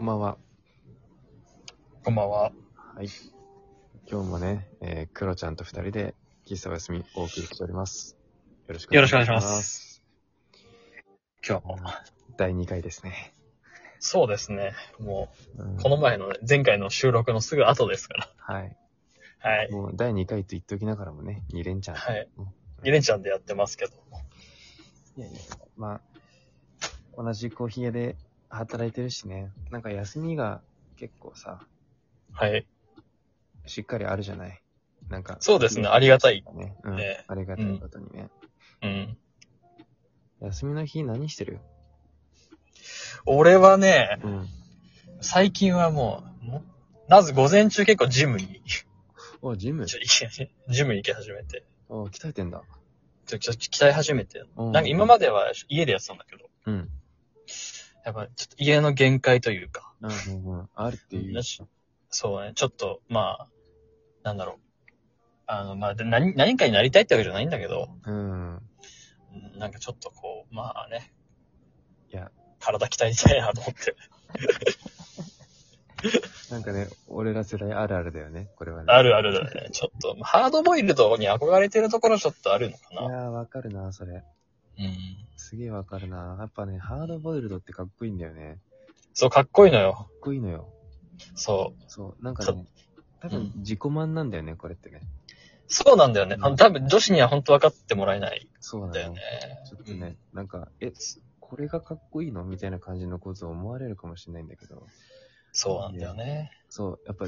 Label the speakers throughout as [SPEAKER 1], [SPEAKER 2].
[SPEAKER 1] んばんは。
[SPEAKER 2] こんばんは。
[SPEAKER 1] はい。今日もね、えー、クロちゃんと二人で、喫茶お休みお送りしております。よろしく
[SPEAKER 2] よろしくお願いしま。今日も。
[SPEAKER 1] 第2回ですね。
[SPEAKER 2] そうですね。も
[SPEAKER 1] うん
[SPEAKER 2] う、この前のね、前回の収録のすぐ後ですから。
[SPEAKER 1] はい。
[SPEAKER 2] はい。
[SPEAKER 1] もう第2回と言っときながらもね、2連チャン。
[SPEAKER 2] はい
[SPEAKER 1] うん。
[SPEAKER 2] イレンちゃんでやってますけど。
[SPEAKER 1] いやいや、まあ、同じコーヒー屋で働いてるしね、なんか休みが結構さ、
[SPEAKER 2] はい。
[SPEAKER 1] しっかりあるじゃない。なんか。
[SPEAKER 2] そうですね。ありがたい。
[SPEAKER 1] ね。うん。
[SPEAKER 2] ね
[SPEAKER 1] ありがたいことにね。
[SPEAKER 2] うん。
[SPEAKER 1] 休みの日何してる
[SPEAKER 2] 俺はね、
[SPEAKER 1] うん。
[SPEAKER 2] 最近はもう、もまず午前中結構ジムに、
[SPEAKER 1] お、ジム。
[SPEAKER 2] ちょいジムに行き始めて、
[SPEAKER 1] お、鍛えてんだ。
[SPEAKER 2] ちょ、ちょ、鍛え始めて。
[SPEAKER 1] う
[SPEAKER 2] なんか今までは家でやってたんだけど、
[SPEAKER 1] うん。
[SPEAKER 2] やっぱちょっと家の限界というか、
[SPEAKER 1] うんうんうん。あるっていう
[SPEAKER 2] だ。しそうね、ちょっと、まあ、なんだろう。あの、まあ、で何、何かになりたいってわけじゃないんだけど、
[SPEAKER 1] うん。
[SPEAKER 2] うんなんかちょっとこう、まあね。
[SPEAKER 1] いや。
[SPEAKER 2] 体鍛えたいなと思って。
[SPEAKER 1] なんかね、俺ら世代あるあるだよね、これはね。
[SPEAKER 2] あるあるだね。ちょっと、まあハードボイルドに憧れてるところちょっとあるのか
[SPEAKER 1] いや
[SPEAKER 2] な。
[SPEAKER 1] ー、わかるな、それ。
[SPEAKER 2] うん。
[SPEAKER 1] すげえわかるな。やっぱね、ハードボイルドってかっこいいんだよね。
[SPEAKER 2] そう、かっこいいのよ
[SPEAKER 1] か。っこいいのよ。
[SPEAKER 2] そう。
[SPEAKER 1] そう。なんかね、多分自己満なんだよね、これってね。
[SPEAKER 2] そうなんだよね。
[SPEAKER 1] うん
[SPEAKER 2] あの多分女子には本当分かってもらえない
[SPEAKER 1] そうんな
[SPEAKER 2] だ
[SPEAKER 1] の
[SPEAKER 2] よね。
[SPEAKER 1] ちょっとね、なんか、え、これがかっこいいのみたいな感じのことを思われるかもしれないんだけど、
[SPEAKER 2] そうなんだよね。
[SPEAKER 1] そう、やっぱ、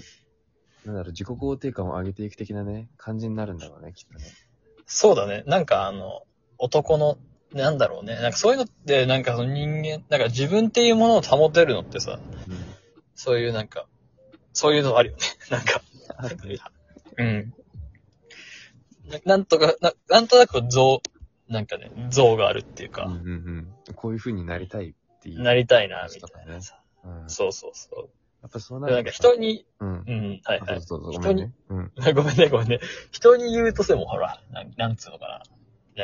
[SPEAKER 1] なんだろう、自己肯定感を上げていく的なね、感じになるんだろうね、きっとね。
[SPEAKER 2] そうだね。なんかあの、男の、なんだろうね。なんかそういうのって、なんかその人間、なんか自分っていうものを保てるのってさ、
[SPEAKER 1] うん
[SPEAKER 2] そういうなんか、そういうのあるよね。 なんか。
[SPEAKER 1] あ
[SPEAKER 2] うん。ななんとかな、なんとなく像、なんかね、像があるっていう
[SPEAKER 1] うん
[SPEAKER 2] か、
[SPEAKER 1] うんうん。こういう風になりたいっていう。
[SPEAKER 2] なりたいな、みたいなさ。
[SPEAKER 1] うん、や
[SPEAKER 2] そうそうそ
[SPEAKER 1] っぱそう
[SPEAKER 2] う。
[SPEAKER 1] な
[SPEAKER 2] でなん
[SPEAKER 1] る
[SPEAKER 2] か人に、
[SPEAKER 1] うん
[SPEAKER 2] う。ん、はいは
[SPEAKER 1] あ
[SPEAKER 2] い。
[SPEAKER 1] そうそうそう、ご
[SPEAKER 2] 人
[SPEAKER 1] めん
[SPEAKER 2] に
[SPEAKER 1] ね。うん。
[SPEAKER 2] ごめんね、ごめんね。人に言うとせもうほら、なんなんつうのかな。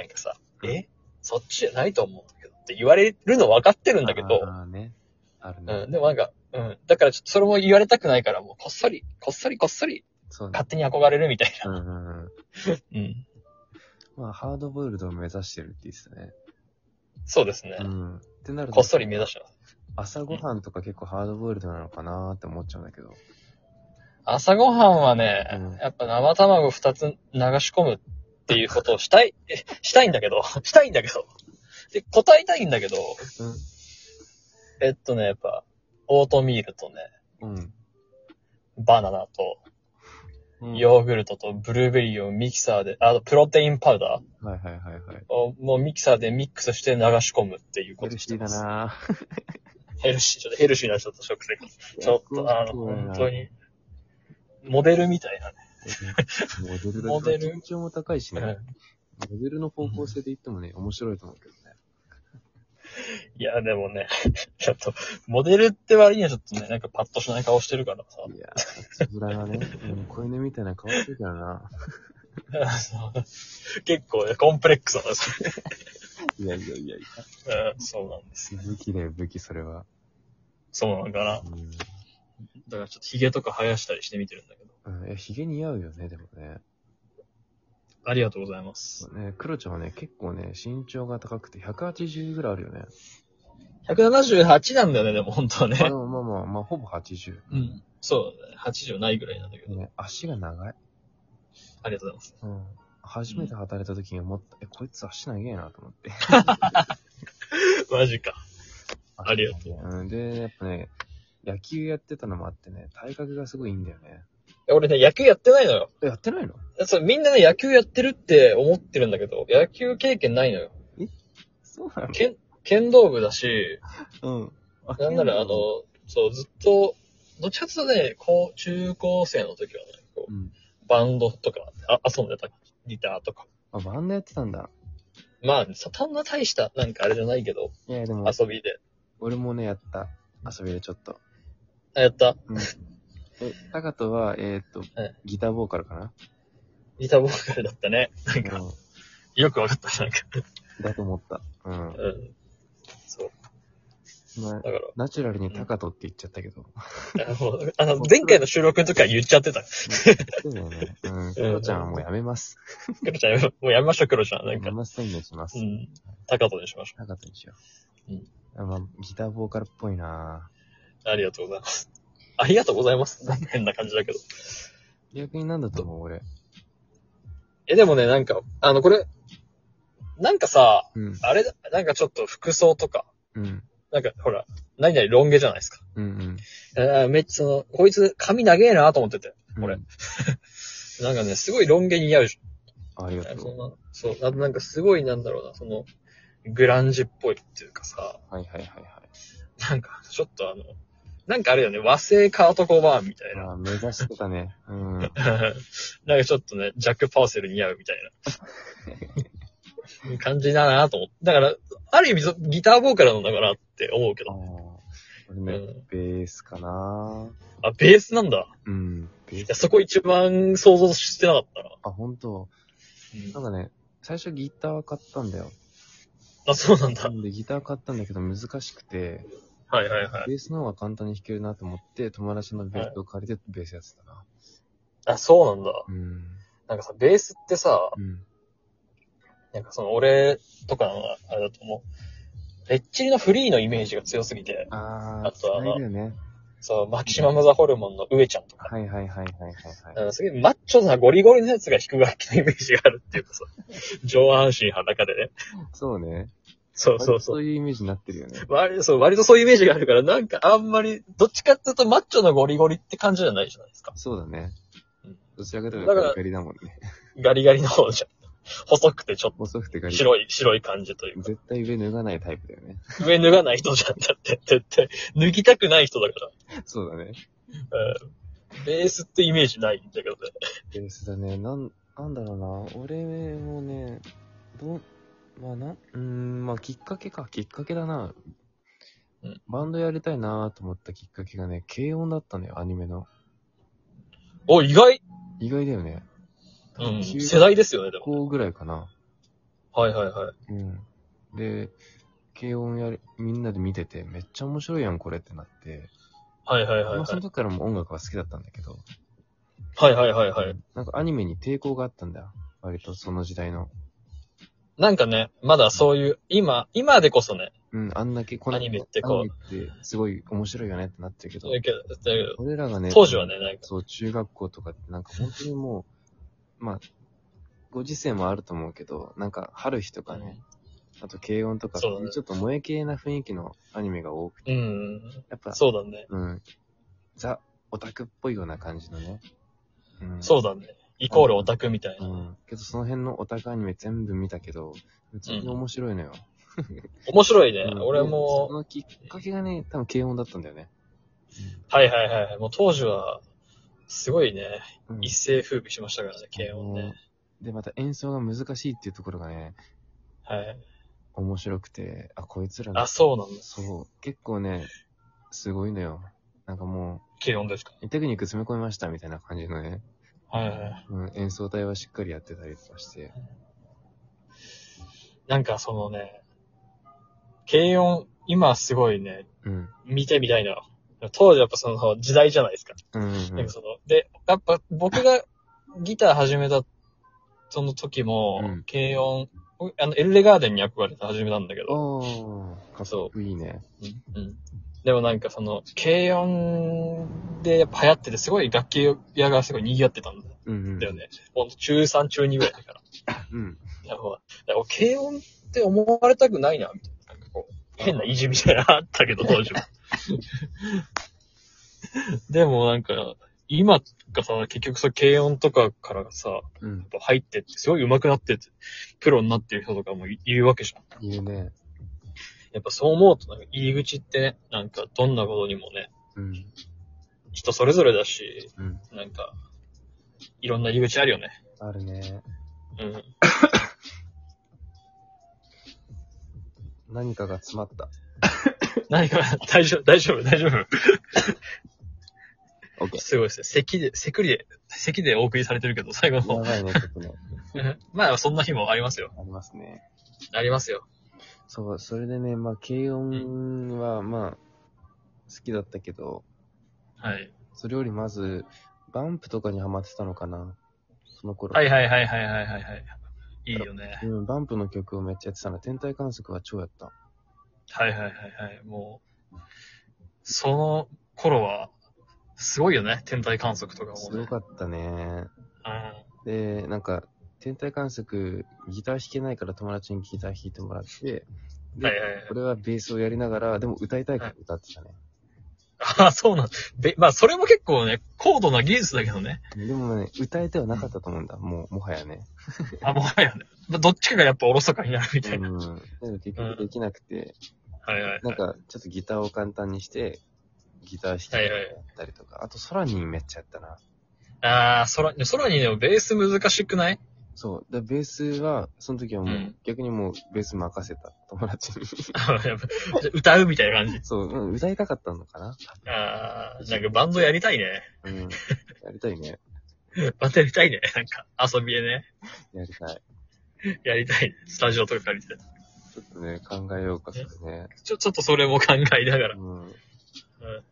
[SPEAKER 2] なんかさ、
[SPEAKER 1] うん
[SPEAKER 2] えそっちじゃないと思うんだけどって言われるの分かってるんだけど、
[SPEAKER 1] ああね。あるね。
[SPEAKER 2] うん、でもなんか、うん。だからちょっとそれも言われたくないから、もうこっそり、こっそりこっそり、
[SPEAKER 1] そうね。
[SPEAKER 2] 勝手に憧れるみたい
[SPEAKER 1] うんうんうん。
[SPEAKER 2] な。うん。
[SPEAKER 1] まあ、ハードボイルドを目指してるって言ってたね。
[SPEAKER 2] そうですね。
[SPEAKER 1] うん。ってなる
[SPEAKER 2] ことっ、そり目指してます。
[SPEAKER 1] 朝ごはんとか結構ハードボイルドなのかなーって思っちゃうんだけど。
[SPEAKER 2] 朝ごはんはね、
[SPEAKER 1] うん
[SPEAKER 2] やっぱ生卵二つ流し込むっていうことをしたい、 えしたいんだけど、 したいんだけど。で、答えたいんだけど、えっとね、やっぱ、オートミールとね、
[SPEAKER 1] うん。
[SPEAKER 2] バナナと、
[SPEAKER 1] うん。
[SPEAKER 2] ヨーグルトとブルーベリーをミキサーで、あとプロテインパウダ
[SPEAKER 1] はいはいはいはい。
[SPEAKER 2] ーをもうミキサーでミックスして流し込むってい
[SPEAKER 1] ヘ
[SPEAKER 2] うこと
[SPEAKER 1] ル
[SPEAKER 2] し
[SPEAKER 1] シ
[SPEAKER 2] て
[SPEAKER 1] ーだ
[SPEAKER 2] ます。
[SPEAKER 1] なー。
[SPEAKER 2] ヘルシー、ちょっとヘルシーな人と食生活。ちょっと、あの、本当に、モデルみたいなね。
[SPEAKER 1] モデルだ
[SPEAKER 2] モデル
[SPEAKER 1] 身長も高いしね。モデルの方向性で言ってもね、面白いと思うけどね。
[SPEAKER 2] いや、でもね、 ちょっと、モデルって割にはちょっとね、なんかパッとしない顔してるから
[SPEAKER 1] いやー、つぶらがね、うん子犬みたいな顔してるからな。
[SPEAKER 2] さ。 結構ね、コンプレックスなんですよ。
[SPEAKER 1] いやいやいやいや。
[SPEAKER 2] うんそうなんです。
[SPEAKER 1] 武器だよ、武器、それは。
[SPEAKER 2] そうなんかな。
[SPEAKER 1] う
[SPEAKER 2] だからちょっと髭とか生やしたりしてみてるんだけど。
[SPEAKER 1] ん。うん、いや、髭似合うよね、でもね。
[SPEAKER 2] ありがとうございます。
[SPEAKER 1] ね、クロちゃんはね、結構ね、身長が高くて180ぐらいあるよね。
[SPEAKER 2] 178なんだよね、でも本当は
[SPEAKER 1] あ、で
[SPEAKER 2] ね。
[SPEAKER 1] もまあまあ、まあ、ほぼ80。
[SPEAKER 2] うん。そうだね。80ないぐらいなんだけど。
[SPEAKER 1] ね、足が長い。
[SPEAKER 2] ありがとうございます。
[SPEAKER 1] うん。初めて働いた時に思った、え、こいつ足長えなと思って。
[SPEAKER 2] マジか。ありが
[SPEAKER 1] とう。うん、で、やっぱね、野球やってたのもあってね、体格がすごいいいんだよね。
[SPEAKER 2] 俺ね、野球やってないのよ。
[SPEAKER 1] えやってないの
[SPEAKER 2] そう、みんなね、野球やってるって思ってるんだけど、野球経験ないのよ。
[SPEAKER 1] そうな
[SPEAKER 2] 剣、剣道部だし、
[SPEAKER 1] のうん。
[SPEAKER 2] なんなら、あの、、そう、ずっと、どっちかっていうとね、こう、中高生の時はね、こ
[SPEAKER 1] うん。
[SPEAKER 2] うバンドとか、あ遊んでた、ギターとか。
[SPEAKER 1] あ、バンドやってたんだ。
[SPEAKER 2] まあ、そんな大した、なんかあれじゃないけど、
[SPEAKER 1] いや、でも、
[SPEAKER 2] 遊びで。
[SPEAKER 1] 俺もね、やった。遊びでちょっと。
[SPEAKER 2] あ、やった
[SPEAKER 1] うん。え、タカトは、えーっと
[SPEAKER 2] え、
[SPEAKER 1] ギターボーカルかな
[SPEAKER 2] ギターボーカルだったね。なんか、
[SPEAKER 1] う
[SPEAKER 2] よくわかった、なんか。
[SPEAKER 1] ん。だと思った。うん。
[SPEAKER 2] うん。そう。
[SPEAKER 1] まあ、
[SPEAKER 2] だから
[SPEAKER 1] ナチュラルにタカトって言っちゃったけど。
[SPEAKER 2] あの、あの前回の収録の時は言っちゃってた。
[SPEAKER 1] そうだよね。うん。クロちゃんはもうやめます。
[SPEAKER 2] クロちゃんやめ、もうやめましょう、クロちゃん。なん
[SPEAKER 1] やめ
[SPEAKER 2] か、
[SPEAKER 1] ます宣言します
[SPEAKER 2] う。ん。高藤にしましょ
[SPEAKER 1] タカトにしよ
[SPEAKER 2] う。
[SPEAKER 1] うんあまあ、ギターボーカルっぽいな
[SPEAKER 2] う。ありがとうございます。ありがとうございます。なんか変な感じだけど。
[SPEAKER 1] 逆になんだと思う俺。
[SPEAKER 2] え、でもね、なんか、あの、これ、なんかさ、
[SPEAKER 1] うん。
[SPEAKER 2] あれだ、なんかちょっと服装とか、
[SPEAKER 1] うん。
[SPEAKER 2] なんか、ほら、何々ロン毛じゃないですか。
[SPEAKER 1] うんうん。
[SPEAKER 2] あーめっちゃ、その、こいつ髪長えなと思ってて。
[SPEAKER 1] うん
[SPEAKER 2] これ。なんかね、すごいロン毛似合うじ
[SPEAKER 1] ありが
[SPEAKER 2] ゃん。
[SPEAKER 1] と。
[SPEAKER 2] そうんなそう。あとなんかすごい、なんだろうな、その、グランジっぽいっていうかさ、
[SPEAKER 1] はいはいはいはい。
[SPEAKER 2] なんか、ちょっとあの、なんかあれだよね、和製カートコバーンみたいな。
[SPEAKER 1] ああ、目指してたね。うん。
[SPEAKER 2] なんかちょっとね、ジャック・パーセル似合うみたいな。感じだなと思って。だから、ある意味そ、ギターボーカルなんだからって思うけ
[SPEAKER 1] ああ
[SPEAKER 2] ど。。
[SPEAKER 1] 俺
[SPEAKER 2] う
[SPEAKER 1] ね、
[SPEAKER 2] ん、
[SPEAKER 1] ベースかな
[SPEAKER 2] あ、ベースなんだ。
[SPEAKER 1] うん。ベ
[SPEAKER 2] い
[SPEAKER 1] ー
[SPEAKER 2] や、
[SPEAKER 1] ス。
[SPEAKER 2] そこ一番想像してなかったな。
[SPEAKER 1] あ、本当。
[SPEAKER 2] うん
[SPEAKER 1] なんかね、最初ギター買ったんだよ。
[SPEAKER 2] あ、そうなんだ
[SPEAKER 1] な。んでギター買ったんだけど難しくて、
[SPEAKER 2] はいはいはい。
[SPEAKER 1] ベースの方が簡単に弾けるなと思って、友達のベースを借りてベースやってたな。
[SPEAKER 2] あ、そうなんだ。
[SPEAKER 1] うん。
[SPEAKER 2] なんかさ、ベースってさ、
[SPEAKER 1] うん。
[SPEAKER 2] なんかその俺とかのあれだと思う。レッチリのフリーのイメージが強すぎて、
[SPEAKER 1] あ
[SPEAKER 2] あ
[SPEAKER 1] あ、
[SPEAKER 2] とは
[SPEAKER 1] 使えるよね。
[SPEAKER 2] そう、マキシマムザホルモンの上ちゃんとか、
[SPEAKER 1] はいはいはいはいはいはい。
[SPEAKER 2] うんすげえマッチョなゴリゴリのやつが弾く楽器のイメージがあるっていうか さ、上半身裸でね。
[SPEAKER 1] そうね。
[SPEAKER 2] そうそ
[SPEAKER 1] 割と
[SPEAKER 2] うそう。
[SPEAKER 1] そういうイメージになってるよね。
[SPEAKER 2] 割そう割とそういうイメージがあるから、なんかあんまり、どっちかっていうとマッチョなゴリゴリって感じじゃないじゃないですか。
[SPEAKER 1] そうだね
[SPEAKER 2] うん。
[SPEAKER 1] どちらかという
[SPEAKER 2] だ
[SPEAKER 1] と
[SPEAKER 2] か
[SPEAKER 1] ガ
[SPEAKER 2] ら
[SPEAKER 1] リガリだもんね。
[SPEAKER 2] ガリガリの方じゃん。細くてちょっ
[SPEAKER 1] 細くてガ
[SPEAKER 2] と
[SPEAKER 1] リ。
[SPEAKER 2] 白い、白い感じというか。
[SPEAKER 1] 絶対上脱がないタイプだよね。
[SPEAKER 2] 上脱がない人じゃんだって、絶対。脱ぎたくない人だから。
[SPEAKER 1] そうだね。
[SPEAKER 2] うんベースってイメージないんだけどね。
[SPEAKER 1] ベースだね。なん、なんだろうな。俺もね、どん、まあな、うーん、まあきっかけか、きっかけだな
[SPEAKER 2] うん。
[SPEAKER 1] バンドやりたいなと思ったきっかけがね、軽音だったのよ、アニメの。
[SPEAKER 2] お、意外
[SPEAKER 1] 意外だよね。
[SPEAKER 2] うん。
[SPEAKER 1] 中
[SPEAKER 2] 世代ですよね、でも。
[SPEAKER 1] 高校ぐらいかな。
[SPEAKER 2] はいはいはい。
[SPEAKER 1] うん。で、軽音やる、みんなで見てて、めっちゃ面白いやん、これってなって。
[SPEAKER 2] はいはいはい
[SPEAKER 1] まあそ
[SPEAKER 2] は
[SPEAKER 1] の
[SPEAKER 2] い。
[SPEAKER 1] 時からもう音楽は好きだったんだけど、
[SPEAKER 2] はいはいはいはい。
[SPEAKER 1] なんかアニメに抵抗があったんだよ。割とその時代の。
[SPEAKER 2] なんかね、まだそういう、今、今でこそね、
[SPEAKER 1] うん、あんだけこ
[SPEAKER 2] アニメってこう
[SPEAKER 1] アニメってすごい面白いよねってなってるけど、
[SPEAKER 2] だけどだけど
[SPEAKER 1] 俺らがね、
[SPEAKER 2] 当時はね、なんか、
[SPEAKER 1] そう、中学校とかってなんか本当にもう、まあ、ご時世もあると思うけど、なんか春日とかね、あと軽音とかって
[SPEAKER 2] そうだ
[SPEAKER 1] い
[SPEAKER 2] ね
[SPEAKER 1] うちょっと萌え系な雰囲気のアニメが多くて、
[SPEAKER 2] うん。
[SPEAKER 1] やっぱ、
[SPEAKER 2] そうだね。
[SPEAKER 1] うん、ザ・オタクっぽいような感じのね。うん、
[SPEAKER 2] そうだね。イコールオタクみたいうな。
[SPEAKER 1] ん。けどその辺のオタクアニメ全部見たけど、普通に面白いのよ。
[SPEAKER 2] 面白いね
[SPEAKER 1] う。ん
[SPEAKER 2] 俺
[SPEAKER 1] そ
[SPEAKER 2] も、
[SPEAKER 1] のきっかけがね、多分軽音だったんだよね。
[SPEAKER 2] はいはいはい。もう当時は、すごいね、
[SPEAKER 1] うん
[SPEAKER 2] 一世風靡しましたからね、軽音ね。
[SPEAKER 1] で、また演奏が難しいっていうところがね、
[SPEAKER 2] はい。
[SPEAKER 1] 面白くて、あ、こいつらね
[SPEAKER 2] あ、そうなんです。
[SPEAKER 1] そう、結構ね、すごいのよ。なんかも
[SPEAKER 2] 軽音ですか。
[SPEAKER 1] う、テクニック詰め込みましたみたいな感じのね、
[SPEAKER 2] はいはい。
[SPEAKER 1] うん、演奏隊はしっかりやってたりとかして。
[SPEAKER 2] なんかそのね、軽音、今すごいね、
[SPEAKER 1] うん。
[SPEAKER 2] 見てみたいな。当時やっぱその時代じゃないですか。
[SPEAKER 1] うんうんう
[SPEAKER 2] なん
[SPEAKER 1] ん
[SPEAKER 2] か。そので、やっぱ僕がギター始めたその時も、
[SPEAKER 1] うん
[SPEAKER 2] 軽音、僕あの、エルレガーデンに憧れて始めたんだけど、
[SPEAKER 1] おー、かっこいいね。
[SPEAKER 2] うん。でもなんかその、軽音でやっぱ流行ってて、すごい楽器屋がすごい賑わってたん
[SPEAKER 1] うんうん。
[SPEAKER 2] だよ。ね。ほんと中3、中2ぐらいだから。
[SPEAKER 1] うん。
[SPEAKER 2] いや、ほら、軽音って思われたくないな、みたいな。なんかこう、変な意地みたいなのあったけど、当時は。 でもなんか、今がさ、結局さ、軽音とかからさ、やっ
[SPEAKER 1] うん。
[SPEAKER 2] ぱ入ってって、すごい上手くなってって、プロになってる人とかもいいるわけじゃん。
[SPEAKER 1] 言うね。
[SPEAKER 2] やっぱそう思うと、なんか入り口ってね、なんかどんなことにもね、
[SPEAKER 1] うん。
[SPEAKER 2] 人それぞれだし、
[SPEAKER 1] うん。
[SPEAKER 2] なんか、いろんな入り口あるよね。
[SPEAKER 1] あるね。
[SPEAKER 2] うん。
[SPEAKER 1] 何かが詰まった。
[SPEAKER 2] 何か、大丈夫、大丈夫、大丈夫。
[SPEAKER 1] オッケ
[SPEAKER 2] すごいですね。咳で、咳で、咳でお送りされてるけど、最後
[SPEAKER 1] ー。や
[SPEAKER 2] の 方。
[SPEAKER 1] ばいね、ちょっとね。
[SPEAKER 2] まあ、そんな日もありますよ。
[SPEAKER 1] ありますね。
[SPEAKER 2] ありますよ。
[SPEAKER 1] そう、それでね、まあ、軽音は、まあ、好きだったけど、
[SPEAKER 2] はい。
[SPEAKER 1] それよりまず、バンプとかにハマってたのかな。その頃。
[SPEAKER 2] はいはいはいはいはいはいはい。いいよね。
[SPEAKER 1] うん、バンプの曲をめっちゃやってたな。天体観測は超やった。
[SPEAKER 2] はいはいはいはい。もう、その頃は、すごいよね。天体観測とかも、ね。
[SPEAKER 1] すごかったね。
[SPEAKER 2] うん。
[SPEAKER 1] で、なんか、天体観測、ギター弾けないから友達にギター弾いてもらって、で、
[SPEAKER 2] はいはいはい
[SPEAKER 1] 俺はベースをやりながら、でも歌いたいから歌ってたね。
[SPEAKER 2] ああ、そうなんで、まあ、それも結構ね、高度な技術だけどね。
[SPEAKER 1] でもね、歌えてはなかったと思うんだ。もう、もはやね。
[SPEAKER 2] あ、もはやね。まあ、どっちかがやっぱおろそかになるみた
[SPEAKER 1] う
[SPEAKER 2] い
[SPEAKER 1] ん。
[SPEAKER 2] な。
[SPEAKER 1] でも結局できなくて、
[SPEAKER 2] はいはい
[SPEAKER 1] な
[SPEAKER 2] は
[SPEAKER 1] ん
[SPEAKER 2] い。
[SPEAKER 1] か、ちょっとギターを簡単にして、ギター弾きたり
[SPEAKER 2] はいは
[SPEAKER 1] たりとか、あと、ソラニンめっちゃやったな。
[SPEAKER 2] ああ、空に、空にでもベース難しくない
[SPEAKER 1] そう。で、ベースは、その時はもう、
[SPEAKER 2] うん
[SPEAKER 1] 逆にもう、ベース任せた。友達に。
[SPEAKER 2] あやっぱ歌うみたいな感じ。
[SPEAKER 1] そう、うん、歌いたかったのかな
[SPEAKER 2] ああ、なんかバンドやりたいね。
[SPEAKER 1] うん。やりたいね。
[SPEAKER 2] バンドやりたいね。なんか遊びでね。
[SPEAKER 1] やりたい。
[SPEAKER 2] やりたい、ね。スタジオとか借りて。
[SPEAKER 1] ちょっとね、考えようか、それね。
[SPEAKER 2] ちょ、ちょっとそれも考えながら。
[SPEAKER 1] うん。
[SPEAKER 2] うん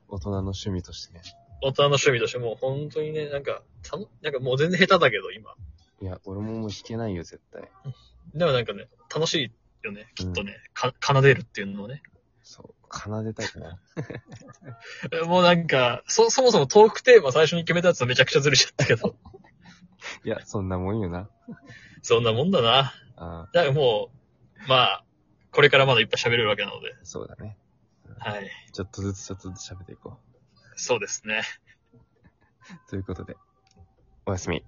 [SPEAKER 1] 大人の趣味としてね。
[SPEAKER 2] 大人の趣味としてもう本当にね、なんか、たの、なんかもう全然下手だけど、今。
[SPEAKER 1] いや、俺ももう弾けないよ、絶対。
[SPEAKER 2] でもなんかね、楽しいよね。きっと
[SPEAKER 1] うん
[SPEAKER 2] ね、か、奏でるっていうのもね。
[SPEAKER 1] そう。奏でたくない。
[SPEAKER 2] もうなんか、そ、そもそもトークテーマ最初に決めたやつとめちゃくちゃずれちゃったけど、
[SPEAKER 1] いや、そんなもんよな。
[SPEAKER 2] そんなもんだな。
[SPEAKER 1] あ
[SPEAKER 2] だからもう、まあ、これからまだいっぱい喋れるわけなので、
[SPEAKER 1] あ、そうだね。
[SPEAKER 2] はい。
[SPEAKER 1] ちょっとずつちょっとずつ喋っていこ
[SPEAKER 2] そうですね。
[SPEAKER 1] う。ということで、おやすみ。